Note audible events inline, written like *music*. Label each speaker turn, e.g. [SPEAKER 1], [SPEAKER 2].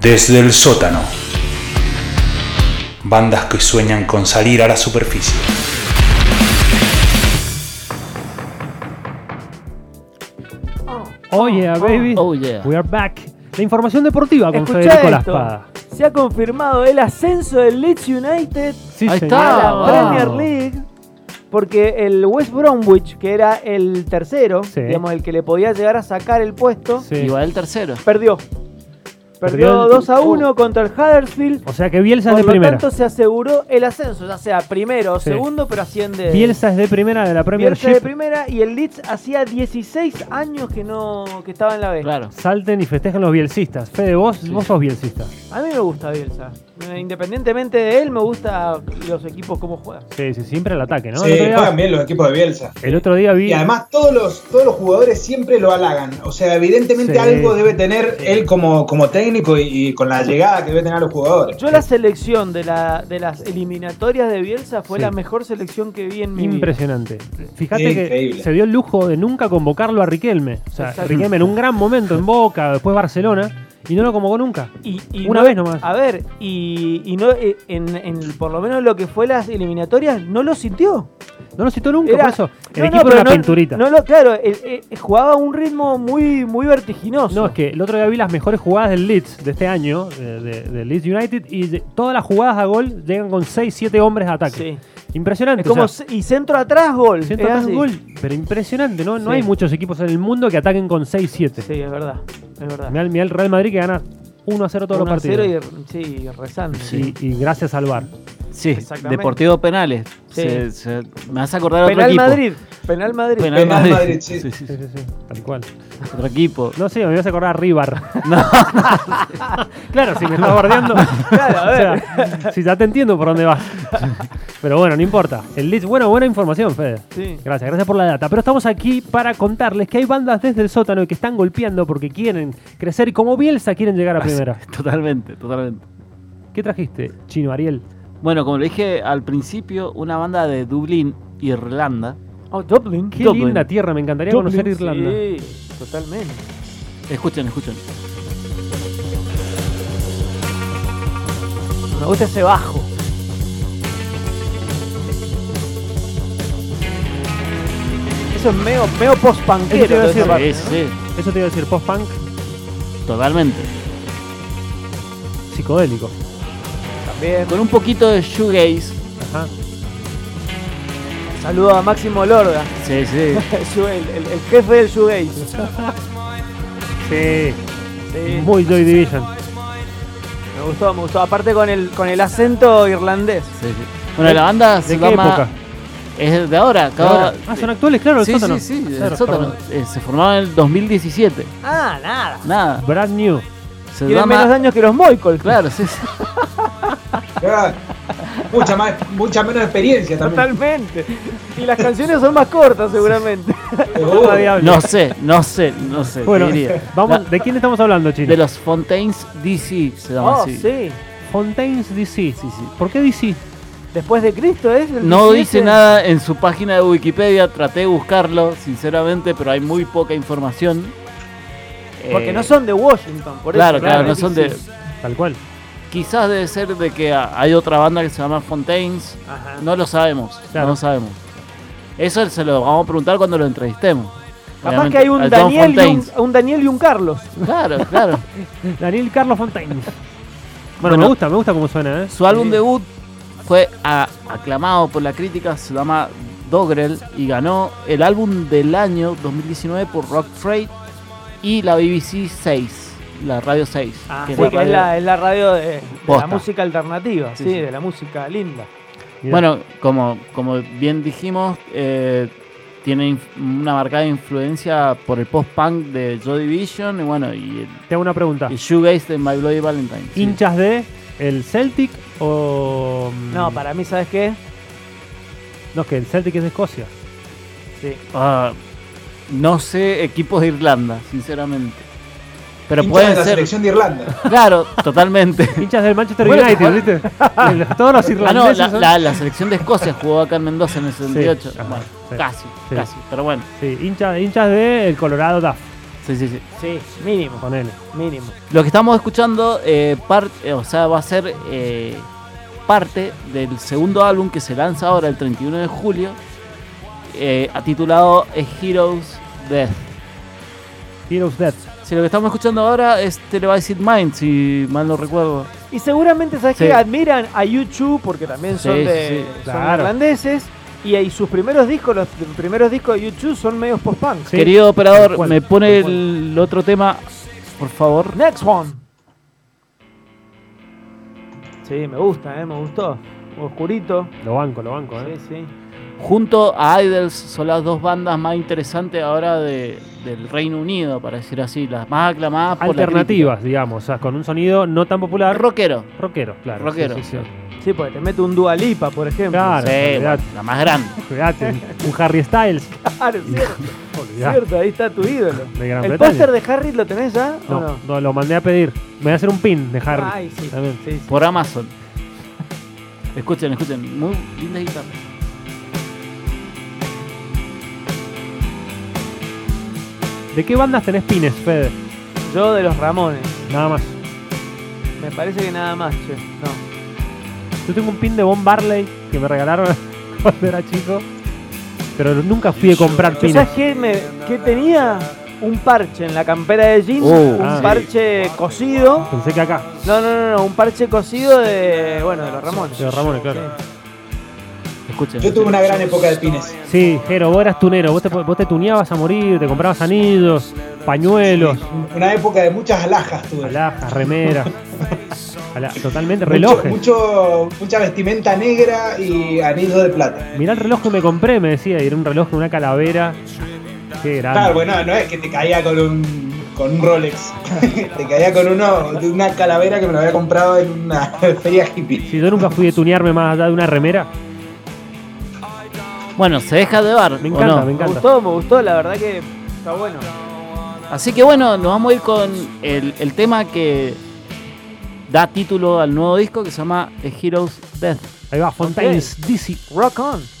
[SPEAKER 1] Desde el sótano. Bandas que sueñan con salir a la superficie.
[SPEAKER 2] Oh yeah, baby.
[SPEAKER 3] Oh, yeah.
[SPEAKER 2] We are back. La información deportiva con
[SPEAKER 4] Escuchá
[SPEAKER 2] Federico La
[SPEAKER 4] esto.
[SPEAKER 2] Espada.
[SPEAKER 4] Se ha confirmado el ascenso del Leeds United
[SPEAKER 2] Sí,
[SPEAKER 3] Ahí
[SPEAKER 2] señor. Ah.
[SPEAKER 3] está,
[SPEAKER 4] a la
[SPEAKER 3] vamos.
[SPEAKER 4] Premier League. Porque el West Bromwich, que era el tercero,
[SPEAKER 2] Sí.
[SPEAKER 4] digamos, el que le podía llegar a sacar el puesto,
[SPEAKER 2] Sí.
[SPEAKER 3] Y va el tercero.
[SPEAKER 4] perdió.
[SPEAKER 2] Perdió
[SPEAKER 4] Perdió
[SPEAKER 2] el-
[SPEAKER 4] 2 a 1 contra el Huddersfield.
[SPEAKER 2] O sea que Bielsa es
[SPEAKER 4] Por
[SPEAKER 2] de
[SPEAKER 4] lo
[SPEAKER 2] primera.
[SPEAKER 4] tanto, se aseguró el ascenso, ya sea primero o
[SPEAKER 2] Sí.
[SPEAKER 4] segundo, pero asciende.
[SPEAKER 2] Bielsa es de primera de la
[SPEAKER 4] Bielsa de
[SPEAKER 2] Premiership.
[SPEAKER 4] primera y el Leeds hacía 16 años que no que estaba en la B.
[SPEAKER 3] Claro.
[SPEAKER 2] Salten y festejen los bielsistas. Fede, vos, vos sos bielsista.
[SPEAKER 4] A mí me gusta Bielsa. Eh, Independientemente de él, me gusta los equipos como juegan.
[SPEAKER 2] Sí, sí, siempre al ataque, ¿no?
[SPEAKER 5] Sí,
[SPEAKER 2] el, otro
[SPEAKER 5] juegan
[SPEAKER 2] día,
[SPEAKER 5] bien los equipos de Bielsa.
[SPEAKER 2] el otro día vi.
[SPEAKER 5] Y además todos los, todos los jugadores siempre lo halagan. O sea, evidentemente
[SPEAKER 2] Sí.
[SPEAKER 5] algo debe tener él como, como técnico y, y con la llegada que debe tener a los jugadores.
[SPEAKER 4] Yo la selección de, la, de las eliminatorias de Bielsa fue
[SPEAKER 2] Sí.
[SPEAKER 4] la mejor selección que vi en mi vida.
[SPEAKER 2] Impresionante. Fíjate que
[SPEAKER 5] Increíble.
[SPEAKER 2] se dio el lujo de nunca convocarlo a Riquelme. O sea,
[SPEAKER 4] Exacto.
[SPEAKER 2] Riquelme en un gran momento en Boca, después Barcelona, y no lo convocó nunca.
[SPEAKER 4] Y, y
[SPEAKER 2] Una
[SPEAKER 4] no-
[SPEAKER 2] vez nomás.
[SPEAKER 4] A ver, y, y no eh, en, en por lo menos lo que fue las eliminatorias, no lo sintió.
[SPEAKER 2] No lo citó nunca,
[SPEAKER 4] Era-
[SPEAKER 2] por eso. El
[SPEAKER 4] No, no,
[SPEAKER 2] equipo
[SPEAKER 4] pero
[SPEAKER 2] era una
[SPEAKER 4] no-
[SPEAKER 2] pinturita.
[SPEAKER 4] No, lo- claro, eh, eh, jugaba a un ritmo muy, muy vertiginoso.
[SPEAKER 2] No, es que el otro día vi las mejores jugadas del Leeds de este año, de, de- de Leeds United, y de- todas las jugadas a gol llegan con 6, 7 hombres de ataque.
[SPEAKER 4] Sí.
[SPEAKER 2] Impresionante.
[SPEAKER 4] Es como
[SPEAKER 2] o sea,
[SPEAKER 4] ce- y centro atrás, gol.
[SPEAKER 2] siento
[SPEAKER 4] Es
[SPEAKER 2] atrás
[SPEAKER 4] así.
[SPEAKER 2] un gol, pero impresionante, ¿no? No
[SPEAKER 4] Sí.
[SPEAKER 2] hay muchos equipos en el mundo que ataquen con 6, 7.
[SPEAKER 4] Sí, es verdad. Es verdad.
[SPEAKER 2] Mirá, el- mirá el Real Madrid que gana 1 a 0 todos los
[SPEAKER 4] 1 a 0
[SPEAKER 2] partidos.
[SPEAKER 4] y, sí, rezando.
[SPEAKER 2] Y, y gracias al VAR.
[SPEAKER 3] Sí,
[SPEAKER 4] Exactamente.
[SPEAKER 3] Deportivo Penales.
[SPEAKER 4] Sí.
[SPEAKER 3] Se- se- me vas a acordar otro
[SPEAKER 4] Penal
[SPEAKER 3] equipo.
[SPEAKER 4] Madrid. Penal Madrid.
[SPEAKER 3] Penal,
[SPEAKER 5] Penal
[SPEAKER 3] Madrid.
[SPEAKER 5] Madrid, sí.
[SPEAKER 3] sí,
[SPEAKER 2] Sí,
[SPEAKER 3] sí.
[SPEAKER 2] sí, sí, tal cual.
[SPEAKER 3] Otro equipo.
[SPEAKER 2] No sé, me vas a acordar a
[SPEAKER 4] *laughs*
[SPEAKER 2] Rivar. claro, si me estás bardeando.
[SPEAKER 4] Claro, a
[SPEAKER 2] o sea, si ya te entiendo por dónde
[SPEAKER 4] *laughs*
[SPEAKER 2] vas. Pero bueno, no importa. El Leeds, bueno, buena información, Fede.
[SPEAKER 4] Sí.
[SPEAKER 2] Gracias, gracias por la data. Pero estamos aquí para contarles que hay bandas desde el sótano que están golpeando porque quieren crecer y como Bielsa quieren llegar a
[SPEAKER 3] Ah,
[SPEAKER 2] primera.
[SPEAKER 3] *laughs* Totalmente, totalmente.
[SPEAKER 2] ¿Qué trajiste, Chino Ariel?
[SPEAKER 3] Bueno, como le dije al principio, una banda de Dublín, Irlanda,
[SPEAKER 4] Oh, Dublin.
[SPEAKER 2] Qué
[SPEAKER 3] Dublin.
[SPEAKER 2] linda tierra, me encantaría
[SPEAKER 4] Dublin,
[SPEAKER 2] conocer Irlanda.
[SPEAKER 4] Sí, totalmente.
[SPEAKER 3] Escuchen, escuchen.
[SPEAKER 4] Me gusta ese bajo. Eso es medio, medio
[SPEAKER 2] Eso te iba a
[SPEAKER 4] post-panquero.
[SPEAKER 2] decir,
[SPEAKER 3] Sí, sí,
[SPEAKER 2] Eso te iba a decir, post-punk
[SPEAKER 3] totalmente.
[SPEAKER 2] psicodélico.
[SPEAKER 4] También.
[SPEAKER 3] Con un poquito de shoegaze.
[SPEAKER 2] Ajá.
[SPEAKER 4] Saludo a Máximo Lorda, *laughs*
[SPEAKER 3] Sí, sí.
[SPEAKER 4] el, el- el jefe del shoegaze.
[SPEAKER 2] Sí.
[SPEAKER 4] Sí,
[SPEAKER 2] Muy Joy Division.
[SPEAKER 4] me gustó, me gustó. Aparte con el, con el acento irlandés.
[SPEAKER 3] Sí, sí. Bueno, la banda se
[SPEAKER 2] ¿De qué
[SPEAKER 3] llama.
[SPEAKER 2] época?
[SPEAKER 3] Es de ahora, acaba.
[SPEAKER 2] Ahora. Ah, son actuales, claro, el
[SPEAKER 3] sí,
[SPEAKER 2] sótano.
[SPEAKER 3] sí, sí, del
[SPEAKER 2] Claro,
[SPEAKER 3] sótano.
[SPEAKER 2] perdón.
[SPEAKER 3] Eh, se formaron en el 2017.
[SPEAKER 4] Ah, nada.
[SPEAKER 3] Nada.
[SPEAKER 2] Brand new.
[SPEAKER 3] Se
[SPEAKER 4] Tienen menos
[SPEAKER 3] llama.
[SPEAKER 4] años que los Moicol.
[SPEAKER 3] Claro, sí, sí.
[SPEAKER 5] Ah, mucha, más, mucha menos experiencia también.
[SPEAKER 4] Totalmente. Y las canciones son más cortas, seguramente.
[SPEAKER 5] Seguro.
[SPEAKER 2] Ah, diablo. *laughs*
[SPEAKER 3] No sé, no sé, no sé. te
[SPEAKER 2] Bueno,
[SPEAKER 3] diría.
[SPEAKER 2] *laughs* vamos, ¿de quién estamos hablando,
[SPEAKER 3] La-
[SPEAKER 2] Chino?
[SPEAKER 3] de los Fontaines DC se llama
[SPEAKER 4] Oh,
[SPEAKER 3] así.
[SPEAKER 4] sí.
[SPEAKER 2] Fontaines DC. ¿Por qué DC?
[SPEAKER 4] Después de Cristo es. el
[SPEAKER 3] No
[SPEAKER 4] 17.
[SPEAKER 3] dice nada en su página de Wikipedia, traté de buscarlo, sinceramente, pero hay muy poca información.
[SPEAKER 4] Porque
[SPEAKER 3] Eh,
[SPEAKER 4] no son de Washington, por
[SPEAKER 3] Claro,
[SPEAKER 4] eso.
[SPEAKER 3] claro,
[SPEAKER 2] claro,
[SPEAKER 3] no
[SPEAKER 2] sí,
[SPEAKER 3] son de.
[SPEAKER 2] Tal cual.
[SPEAKER 3] Quizás debe ser de que ah, hay otra banda que se llama Fontaines.
[SPEAKER 4] Ajá.
[SPEAKER 3] No lo sabemos,
[SPEAKER 2] Claro.
[SPEAKER 3] no sabemos. Eso se lo vamos a preguntar cuando lo entrevistemos.
[SPEAKER 4] Capaz
[SPEAKER 3] Obviamente,
[SPEAKER 4] que hay un
[SPEAKER 3] al Tom
[SPEAKER 4] Daniel, y un,
[SPEAKER 3] Fontaines.
[SPEAKER 4] un Daniel y un Carlos.
[SPEAKER 3] Claro, claro.
[SPEAKER 2] Daniel Carlos
[SPEAKER 3] *laughs*
[SPEAKER 2] Fontaines. Bueno,
[SPEAKER 3] Bueno.
[SPEAKER 2] me gusta, me gusta cómo suena, ¿eh?
[SPEAKER 3] Su álbum debut fue a- aclamado por la crítica, se llama Dogrel y ganó el álbum del año 2019 por Rock Freight y la BBC 6, la radio 6.
[SPEAKER 4] Ah,
[SPEAKER 3] que
[SPEAKER 4] sí, que es
[SPEAKER 3] radio-
[SPEAKER 4] la, es la radio de, de la
[SPEAKER 3] Posta.
[SPEAKER 4] música alternativa, sí,
[SPEAKER 3] Sí, sí.
[SPEAKER 4] de la música linda.
[SPEAKER 2] Bien.
[SPEAKER 3] Bueno, como, como bien dijimos, eh, tiene inf- una marcada influencia por el post-punk de Joy Division y bueno, y
[SPEAKER 2] te hago una pregunta.
[SPEAKER 3] el, y shoegaze de My Bloody Valentine. Ah. sí.
[SPEAKER 2] ¿Hinchas de el Celtic o. mm,
[SPEAKER 4] No, para mí, ¿sabes qué?
[SPEAKER 2] No, es que el Celtic es de
[SPEAKER 3] *laughs*
[SPEAKER 2] Escocia.
[SPEAKER 4] Sí.
[SPEAKER 3] Ah, no sé equipos de Irlanda, sinceramente. Pero
[SPEAKER 5] Hincha de
[SPEAKER 3] pueden
[SPEAKER 5] la
[SPEAKER 3] ser.
[SPEAKER 5] selección de Irlanda.
[SPEAKER 3] Claro,
[SPEAKER 2] *laughs*
[SPEAKER 3] totalmente.
[SPEAKER 2] Hinchas del Manchester
[SPEAKER 3] Bueno,
[SPEAKER 2] United, ¿viste?
[SPEAKER 3] *laughs*
[SPEAKER 2] El- Todos los
[SPEAKER 3] Ah, no,
[SPEAKER 2] irlandeses.
[SPEAKER 3] la,
[SPEAKER 2] son-
[SPEAKER 3] la- la selección de Escocia jugó acá en Mendoza en el 78.
[SPEAKER 2] ajá,
[SPEAKER 3] bueno,
[SPEAKER 2] sí,
[SPEAKER 3] casi,
[SPEAKER 2] sí.
[SPEAKER 3] casi. Pero bueno,
[SPEAKER 2] Sí, hinchas, hinchas de el Colorado Duff.
[SPEAKER 3] Sí, sí, sí.
[SPEAKER 4] Sí, mínimo,
[SPEAKER 2] Ponele.
[SPEAKER 4] mínimo.
[SPEAKER 3] Lo que estamos escuchando eh, par- eh, o sea, va a ser eh, parte del segundo álbum que se lanza ahora el 31 de julio, eh, titulado eh, Heroes Death.
[SPEAKER 2] Heroes Death.
[SPEAKER 3] Si lo que estamos escuchando ahora es Televised Mind, si mal no recuerdo.
[SPEAKER 4] Y seguramente, ¿sabes
[SPEAKER 3] Sí.
[SPEAKER 4] que Admiran a YouTube porque también son,
[SPEAKER 3] Sí,
[SPEAKER 4] de,
[SPEAKER 3] sí, sí,
[SPEAKER 4] son
[SPEAKER 2] claro.
[SPEAKER 4] irlandeses. Y, y sus primeros discos, los primeros discos de YouTube son medios post-punk.
[SPEAKER 2] Sí.
[SPEAKER 3] Querido
[SPEAKER 2] Tal
[SPEAKER 3] operador,
[SPEAKER 2] cual,
[SPEAKER 3] me pone
[SPEAKER 2] tal cual.
[SPEAKER 3] el otro tema, por favor.
[SPEAKER 4] Next one. Sí, me gusta, eh, me gustó. Oscurito.
[SPEAKER 2] Lo banco, lo banco,
[SPEAKER 4] Sí,
[SPEAKER 2] ¿eh?
[SPEAKER 4] sí.
[SPEAKER 3] Junto a Idols son las dos bandas más interesantes ahora de- del Reino Unido, para decir así, las más aclamadas por la
[SPEAKER 2] Alternativas, digamos, o sea, con un sonido no tan
[SPEAKER 3] crítica.
[SPEAKER 2] popular.
[SPEAKER 3] Rockero.
[SPEAKER 2] rockero, claro.
[SPEAKER 3] Rockero.
[SPEAKER 2] Sí, sí, sí.
[SPEAKER 4] Sí, porque te mete un Dualipa, por ejemplo.
[SPEAKER 2] Claro,
[SPEAKER 3] Sí,
[SPEAKER 2] olvidate,
[SPEAKER 3] bueno, la más grande.
[SPEAKER 2] olvidate, un- Un Harry
[SPEAKER 3] *laughs*
[SPEAKER 2] Styles.
[SPEAKER 4] *laughs* Claro, es cierto,
[SPEAKER 2] *laughs* Olvidate.
[SPEAKER 4] cierto, ahí está tu ídolo.
[SPEAKER 2] De Gran
[SPEAKER 4] ¿El
[SPEAKER 2] Bretaña.
[SPEAKER 4] póster de Harry lo tenés ya? ¿o
[SPEAKER 2] No, no, lo mandé a pedir. Me voy a hacer un pin de Harry.
[SPEAKER 4] Ay, sí.
[SPEAKER 2] También.
[SPEAKER 4] sí, sí.
[SPEAKER 3] por Amazon. Escuchen, escuchen, muy linda guitarra.
[SPEAKER 2] ¿De qué bandas tenés pines, Fede?
[SPEAKER 4] Yo de los Ramones.
[SPEAKER 2] Nada más.
[SPEAKER 4] Me parece que nada más, che. No.
[SPEAKER 2] Yo tengo un pin de Bon Barley que me regalaron *laughs* cuando era chico. Pero nunca fui a comprar
[SPEAKER 4] ¿Tú
[SPEAKER 2] pines.
[SPEAKER 4] sabes qué, me- qué tenía? Un parche en la campera de jeans.
[SPEAKER 3] Oh,
[SPEAKER 4] un
[SPEAKER 2] ah.
[SPEAKER 4] parche cosido.
[SPEAKER 2] Pensé que acá.
[SPEAKER 4] No, no, no, no, un parche cosido de. Bueno, de los Ramones.
[SPEAKER 2] De los Ramones, claro.
[SPEAKER 3] Escuchen.
[SPEAKER 5] Yo tuve una gran época de pines.
[SPEAKER 2] Sí, Jero, vos eras tunero. Vos te, vos te tuneabas a morir, te comprabas anillos, pañuelos,
[SPEAKER 5] Una época de muchas alhajas tuve.
[SPEAKER 2] alhajas, remeras. ala- totalmente,
[SPEAKER 5] Mucho-
[SPEAKER 2] relojes.
[SPEAKER 5] Mucho, mucha vestimenta negra y anillos de plata.
[SPEAKER 2] Mirá el reloj que me compré, me decía. Y era un reloj con una calavera. Qué grande.
[SPEAKER 5] Claro, bueno, no es que te caía con un, con un Rolex. *laughs* te caía con uno de una calavera que me lo había comprado en una *laughs* feria hippie.
[SPEAKER 2] Si yo nunca fui de tunearme más allá de una remera,
[SPEAKER 3] Bueno, se deja de bar.
[SPEAKER 2] me
[SPEAKER 3] ¿o
[SPEAKER 2] encanta,
[SPEAKER 3] no?
[SPEAKER 2] me
[SPEAKER 4] Me
[SPEAKER 2] encanta.
[SPEAKER 4] gustó, me gustó, la verdad que está bueno.
[SPEAKER 3] Así que bueno, nos vamos a ir con el, el tema que da título al nuevo disco que se llama Heroes Death.
[SPEAKER 2] Ahí va, Fontaine's DC.
[SPEAKER 4] Rock on.